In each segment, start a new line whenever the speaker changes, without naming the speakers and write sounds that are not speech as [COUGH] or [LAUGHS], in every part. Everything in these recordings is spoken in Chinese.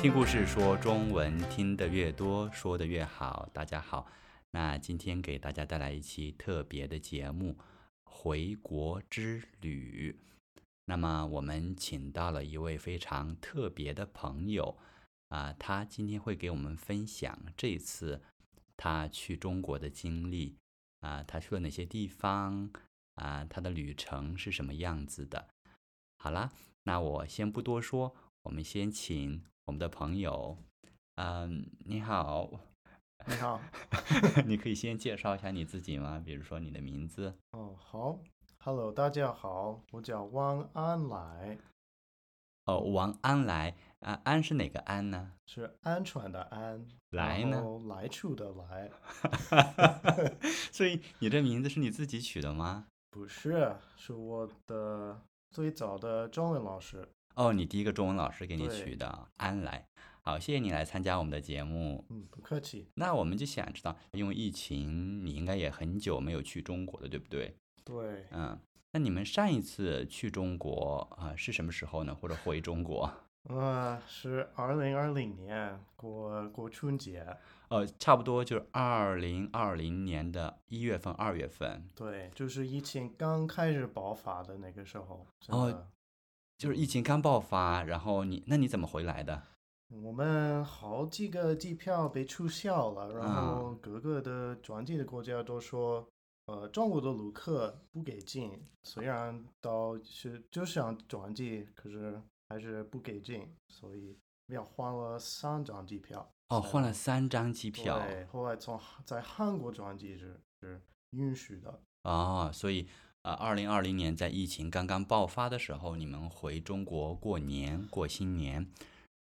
听故事说中文，听得越多，说得越好。大家好，那今天给大家带来一期特别的节目《回国之旅》。那么我们请到了一位非常特别的朋友啊、他今天会给我们分享这次他去中国的经历啊、他去了哪些地方啊、他的旅程是什么样子的。好啦，那我先不多说，我们先请我们的朋友，嗯，你好， [LAUGHS]
你好，
你可以先介绍一下你自己吗？比如说你的名字。
哦，好，Hello，大家好，我叫汪安来，
哦，王安来啊，安是哪个安呢？
是安全的安，然
来呢？
后来处的来，
所以你这名字是你自己取的吗？
不是，是我的最早的中文老师，
哦，你第一个中文老师给你
对
取的安来。好，谢谢你来参加我们的节目。
嗯，不客气，
那我们就想知道，因为疫情，你应该也很久没有去中国了，对不对？
对，
嗯，那你们上一次去中国啊、呃是什么时候呢？或者回中国？
呃，是二零二零年过过春节，
呃，差不多就是二零二零年的一月份、二月份，
对，就是疫情刚开始爆发的那个时候，真
哦
的
就是疫情刚爆发，然后你那你怎么回来的？
我们好几个机票被取消了，然
啊
后各个的转机的国家都说，呃，中国的旅客不给进。虽然到是就想转机，可是还是不给进，所以要换了三张机票。
哦，
才
换了三张机票
对，后来从在韩国转机是是允许的。
哦，所以呃，二零二零年在疫情刚刚爆发的时候，你们回中国过年过新年，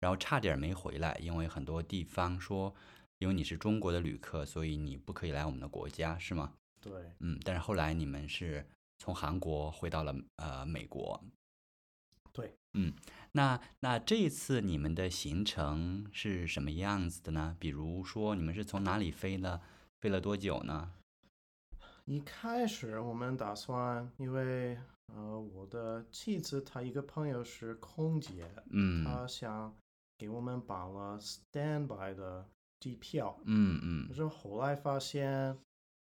然后差点没回来，因为很多地方说，因为你是中国的旅客，所以你不可以来我们的国家，是吗？
对，
嗯，但是后来你们是从韩国回到了呃美国。
对，
嗯，那那这一次你们的行程是什么样子的呢？比如说你们是从哪里飞呢？飞了多久呢？
一开始我们打算，因为呃，我的妻子她一个朋友是空姐，
嗯
他想给我们绑了 standby 的机票，
嗯嗯
可，是后来发现，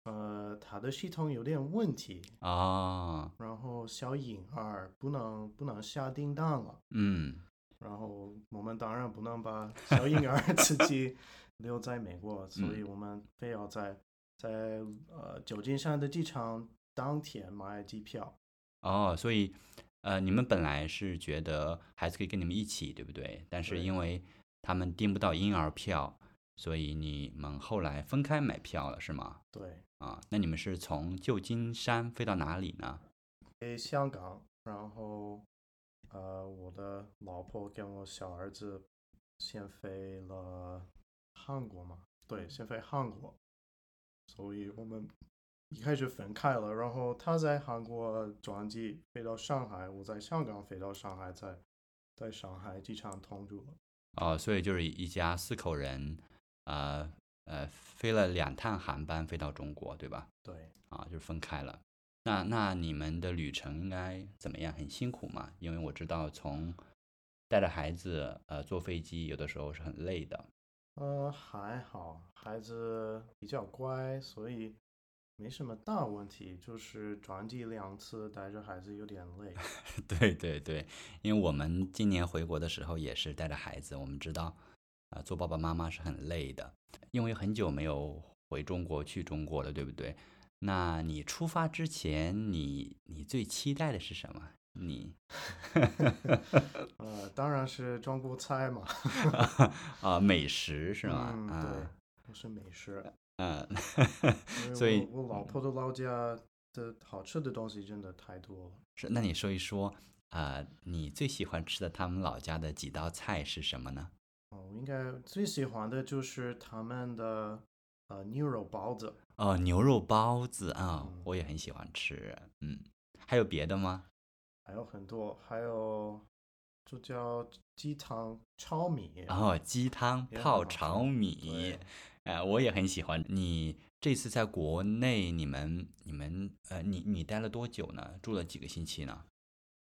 呃，他的系统有点问题，
哦，
然后小颖儿不能不能下订单了，
嗯
然后我们当然不
[LAUGHS]
能把小颖儿自己留在美国，所
嗯
以我们非要在在呃旧金山的机场当天买机票，
哦，所以呃，你们本来是觉得孩子可以跟你们一起，对不对？但是
对
因为他们订不到婴儿票，所以你们后来分开买票了，是吗？
对，
啊，那你们是从旧金山飞到哪里呢？
给香港，然后呃，我的老婆跟我小儿子先飞了韩国嘛，对，先飞韩国，所以我们一开始分开了，然后他在韩国转机飞到上海，我在香港飞到上海，在在上海机场同住了，
哦，所以就是一家四口人，呃呃，飞了两趟航班飞到中国，对吧？
对，
啊，就是分开了。那那你们的旅程应该怎么样？很辛苦嘛？因为我知道从带着孩子呃坐飞机，有的时候是很累的。
呃，还好，孩子比较乖，所以没什么大问题，就是转机两次带着孩子有点累。
[LAUGHS] 对对对，因为我们今年回国的时候也是带着孩子，我们知道啊、呃做爸爸妈妈是很累的，因为很久没有回中国去中国了，对不对？那你出发之前，你你最期待的是什么？你
呃，当然是中国菜嘛，
啊、美食是吗？
嗯，
啊
对，我是美食，
嗯， [LAUGHS]
因为
所以
我我老婆的老家的好吃的东西真的太多了。
是那你说一说啊、呃你最喜欢吃的他们老家的几道菜是什么呢？
哦，我应该最喜欢的就是他们的呃牛肉包子，
哦，牛肉包子啊、
嗯
我也很喜欢吃。嗯，还有别的吗？
还有很多，还有就叫鸡汤炒米。
哦，鸡汤
也
泡
很好吃
炒米
对，
呃，我也很喜欢。你这次在国内，你们你们呃，你你待了多久呢？住了几个星期呢？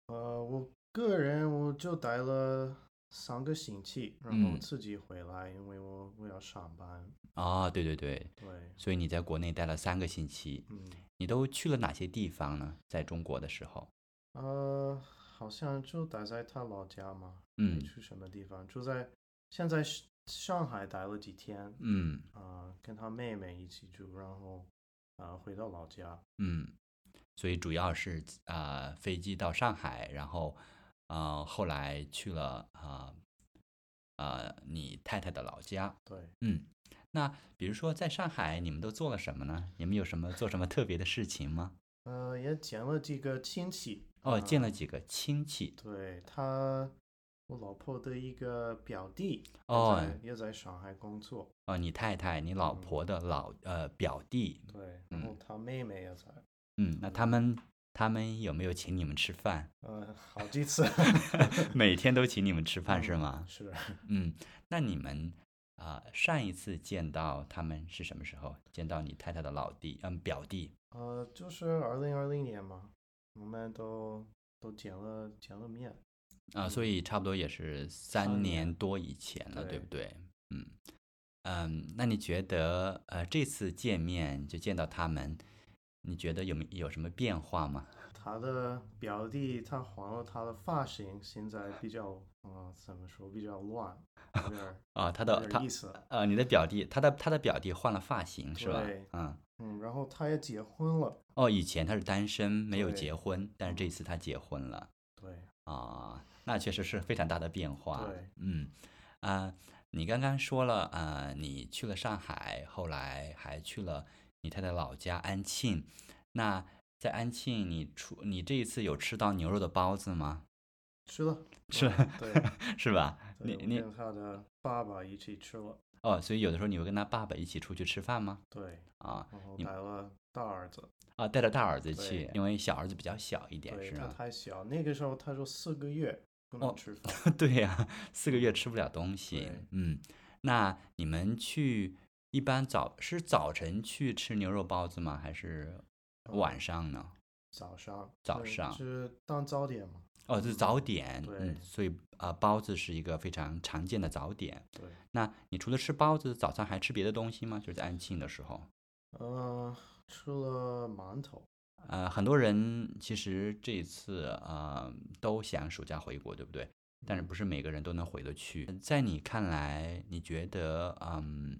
呃，我个人我就待了三个星期，然后
嗯
自己回来，因为我我要上班。
哦，对对对，
对，
所以你在国内待了三个星期，
嗯，
你都去了哪些地方呢？在中国的时候，
呃，好像就待在他老家嘛，没
嗯
去什么地方，就在现在是上海待了几天，
嗯
啊、跟他妹妹一起住，然后啊、回到老家。
嗯，所以主要是啊、呃飞机到上海，然后呃，后来去了啊啊、呃你太太的老家，
对，
嗯，那比如说在上海，你们都做了什么呢？你们有什么做什么特别的事情吗？
呃，也见了几个亲戚。
哦，见
呃
了几个亲戚
对他，我老婆的一个表弟，
哦
也在也在上海工作。
哦，你太太、你老婆的老呃表弟，
对，然后
嗯
他妹妹也在，
嗯，那他们他们有没有请你们吃饭？ [LAUGHS]
呃，好几次
每天都请你们吃饭是
嗯
吗？
[LAUGHS] 是，
嗯，那你们啊、上一次见到他们是什么时候？见到你太太的老弟，嗯，表弟。
呃，就是二零二零年嘛，我们都都见了见了面，
啊，所以差不多也是三
嗯三
年
年
多以前了，对
对
不对？嗯嗯，那你觉得呃这次见面就见到他们，你觉得有没有什么变化吗？
他的表弟他换了他的发型，现在比较，呃，怎么说，比较乱，有
[LAUGHS]
点儿
啊，他的
有点
他
儿意思。
呃，你的表弟，他的他的表弟换了发型是吧
对？
嗯，
嗯，然后他也结婚了，
哦，以前他是单身没有
对嗯
结婚，但是这次他结婚了。
对，
啊，那确实是非常大的变化。
对，
嗯，啊，你刚刚说了，啊，你去了上海，后来还去了你太太老家安庆。那在安庆，你出你这一次有吃到牛肉的包子吗？ [LAUGHS]
吃了，
吃
嗯
了 [LAUGHS]
对，
是吧？你
对我
你
跟他的爸爸一起吃了，
哦，所以有的时候你会跟他爸爸一起出去吃饭吗？
对，
啊
然后
你
带了大儿子，
啊，带着大儿子
对
去，因为小儿子比较小一点，
对
是
他
吧？
太小，那个时候他说四个月不
哦
能吃饭。
对呀、四个月吃不了东西
对。
嗯，那你们去一般早是早晨去吃牛肉包子吗？还是 [LAUGHS]
嗯
晚上呢？
早上，
早
对
上
是当早点嘛？
哦，就是早点。嗯，
对
所以啊、呃包子是一个非常常见的早点。
对，
那你除了吃包子，早上还吃别的东西吗？就是在安庆的时候。
呃，吃了馒头，
呃，很多人其实这一次呃都想暑假回国，对不对？但是不是每个人都能回得去。在你看来，你觉得嗯，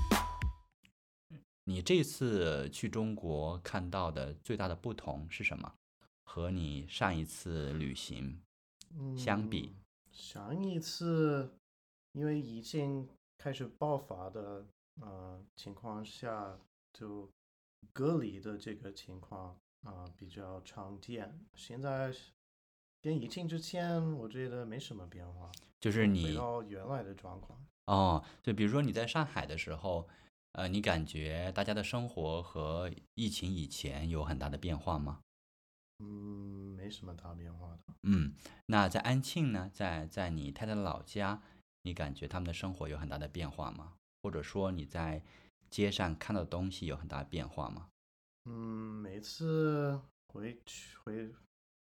你这次去中国看到的最大的不同是什么？和你上一次旅行
嗯，
相比，
上一次因为疫情开始爆发的呃情况下，就隔离的这个情况啊、比较常见。现在跟疫情之前，我觉得没什么变化，
就是
嗯回
你
到原来的状况。
哦，就比如说你在上海的时候，呃，你感觉大家的生活和疫情以前有很大的变化吗？
嗯，没什么大变化的。
嗯，那在安庆呢，在在你太太的老家，你感觉他们的生活有很大的变化吗？或者说你在街上看到的东西有很大的变化吗？
嗯，每次回去回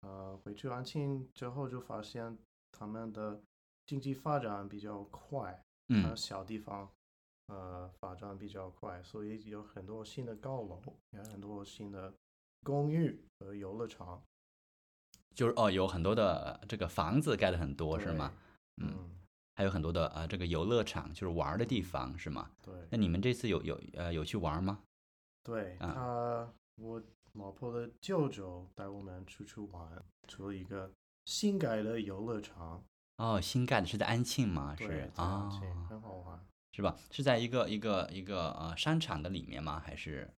呃回去安庆之后，就发现他们的经济发展比较快，呃，
嗯
小地方呃发展比较快，所以有很多新的高楼，有很多新的公寓和游乐场。
就是哦，有很多的这个房子盖的很多是吗？
对？
嗯，
嗯，
还有很多的呃这个游乐场，就是玩儿的地方是吗？那
对
你们这次有有呃有去玩儿吗？
对，
啊
他我老婆的舅舅带我们出去玩，去了一个新改的游乐场，
哦，新盖的是在安庆吗？
对，
是
在安
啊、
庆很好玩。
是吧？是在一个一个一个呃商场的里面吗？还是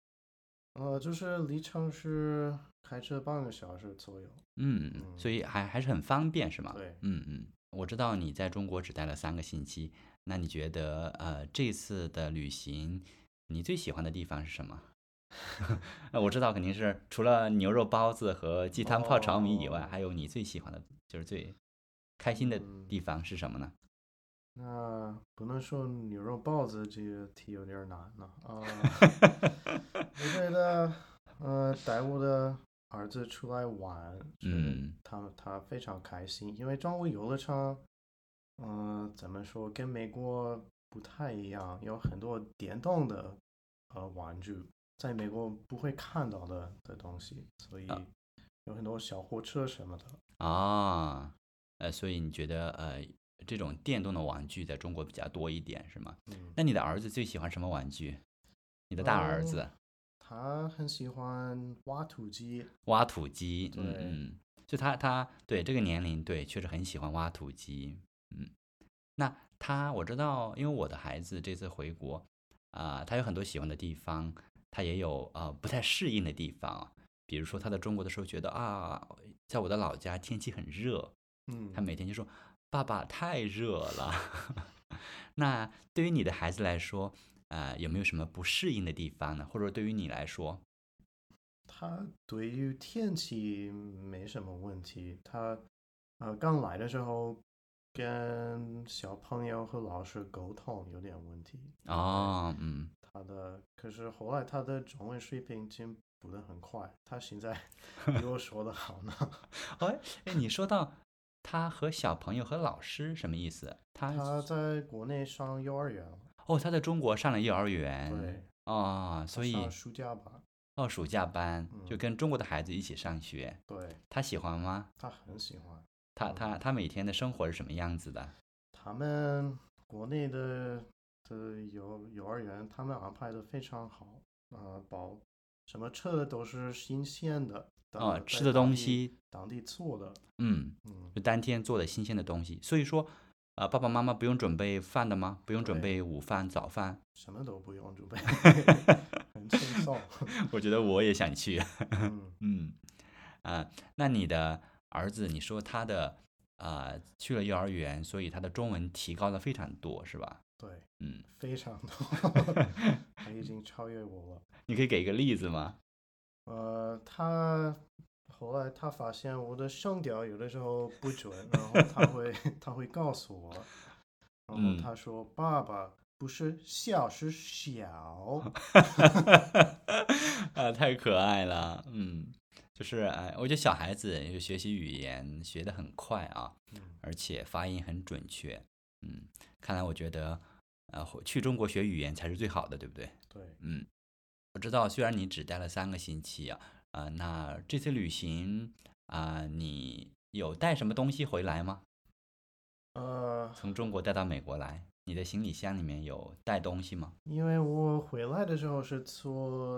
呃，就是离城市开车半个小时左右。
嗯，
嗯
所以还还是很方便是吗？
对
嗯嗯，我知道你在中国只待了三个星期，那你觉得呃这次的旅行你最喜欢的地方是什么？ [LAUGHS] 呃我知道肯定是除了牛肉包子和鸡汤泡炒米以外，
哦
还有你最喜欢的就是最开心的
嗯
地方是什么呢？
那不能说牛肉包子这个题有点儿难了啊、
[LAUGHS]
我觉得，呃，带我的儿子出来玩，
嗯，
他他非常开心，因为中国游乐场，嗯、怎么说跟美国不太一样，有很多电动的呃玩具，在美国不会看到的的东西，所以
啊
有很多小货车什么的。
啊，呃，所以你觉得呃这种电动的玩具在中国比较多一点是吗？
嗯，
那你的儿子最喜欢什么玩具？你的大儿
哦
子？
他很喜欢挖土机，
挖土机，嗯
对
嗯，就他他对这个年龄，对，确实很喜欢挖土机，嗯。那他我知道，因为我的孩子这次回国，啊、他有很多喜欢的地方，他也有呃不太适应的地方，比如说他在中国的时候觉得啊，在我的老家天气很热，
嗯，
他每天就说爸爸太热了。 [LAUGHS] 那对于你的孩子来说，呃，有没有什么不适应的地方呢？或者对于你来说，
他对于天气没什么问题。他呃刚来的时候跟小朋友和老师沟通有点问题。
哦，嗯。
他的可是后来他的中文水平进步的很快，他
[LAUGHS]
现在比我说的好呢。
哎哎，你说到他和小朋友和老师什么意思？ [LAUGHS] 他
他在国内上幼儿园了，
哦，他在中国上了幼儿
对
园，哦，
他
哎所以
上暑假吧，
哦，暑假班就
嗯
跟中国的孩子一起上学，
对
他喜欢吗？
他很喜欢。
他他他每天的生活是什么样子的？
他们国内的的幼幼儿园，他们安排的非常好，呃，包什么吃的都是新鲜的，
哦
当
吃
在
的东
当地
西
当地做的，
嗯，
嗯，
就当天做的新鲜的东西。所以说，呃，爸爸妈妈不用准备饭的吗？不用准
对
备午饭、早饭？ [LAUGHS]
什么都不用准备，很轻松，
我觉得我也想去。
嗯，
嗯，啊、那你的儿子，你说他的啊、呃去了幼儿园，所以他的中文提高了非常多，是吧？
对，
嗯，
非常多， [LAUGHS] 他已经超越我了。
你可以给一个例子吗？ [LAUGHS]
呃，他后来他发现我的声调有的时候不准，然后他会他会告诉我，然
嗯
后他说：“爸爸不是笑是
[LAUGHS]
小。
啊，太可爱了，嗯，就是哎，我觉得小孩子就学习语言学得很快啊，
嗯
而且发音很准确，嗯，看来我觉得呃回去中国学语言才是最好的，对不对？”
对，
嗯，我知道，虽然你只待了三个星期啊，呃，那这次旅行啊、你有带什么东西回来吗？
呃，
从中国带到美国来，你的行李箱里面有带东西吗？
因为我回来的时候是坐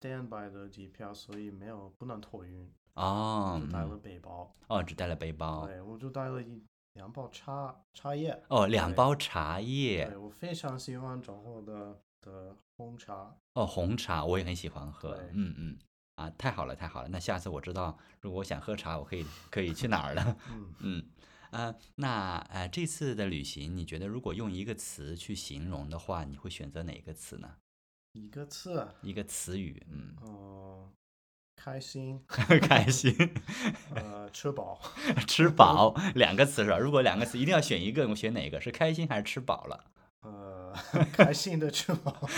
standby 的机票，所以没有不能托运，
哦，
就带了
嗯
背包。
哦，只带了背包，
对，我就带了一两包茶茶叶。
哦，两
对
包茶
对，
叶，
我非常喜欢中国的的红茶。
哦，红茶我也很喜欢喝
对，
嗯嗯，啊，太好了太好了，那下次我知道，如果我想喝茶，我可以可以去哪儿了，
嗯，
[LAUGHS] 嗯。呃，那呃，这次的旅行，你觉得如果用一个词去形容的话，你会选择哪个词呢？
一个字啊，
一个词语，嗯， [LAUGHS]
嗯、开心，
开心， [LAUGHS]
呃，吃饱，
吃饱，两个词是吧？如果两个词一定要选一个，我选哪个？是开心还是吃饱了？
呃，开心的吃饱，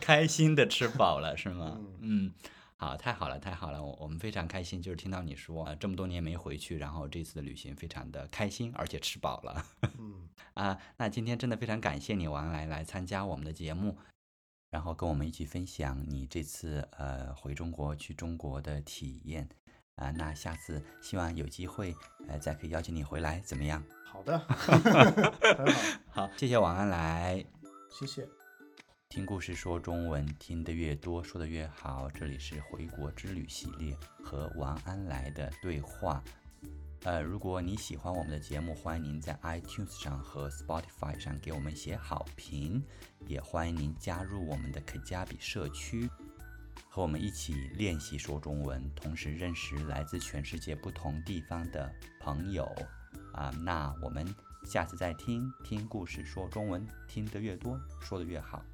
开心的吃饱了是吗
嗯？
嗯，好，太好了，太好了，我我们非常开心，就是听到你说、呃、这么多年没回去，然后这次的旅行非常的开心，而且吃饱了 [LAUGHS]
嗯，
啊。那今天真的非常感谢你王来来参加我们的节目，然后跟我们一起分享你这次呃回中国去中国的体验啊、那下次希望有机会呃再可以邀请你回来，怎么样？
好的， [LAUGHS] 很好，
好，谢谢王安来。
谢谢，
听故事说中文，听得越多，说的越好。这里是回国之旅系列和王安来的对话。呃，如果你喜欢我们的节目，欢迎您在 iTunes 上和 Spotify 上给我们写好评，也欢迎您加入我们的可加比社区，和我们一起练习说中文，同时认识来自全世界不同地方的朋友。啊、那我们下次再听，听故事说中文，听得越多，说的越好。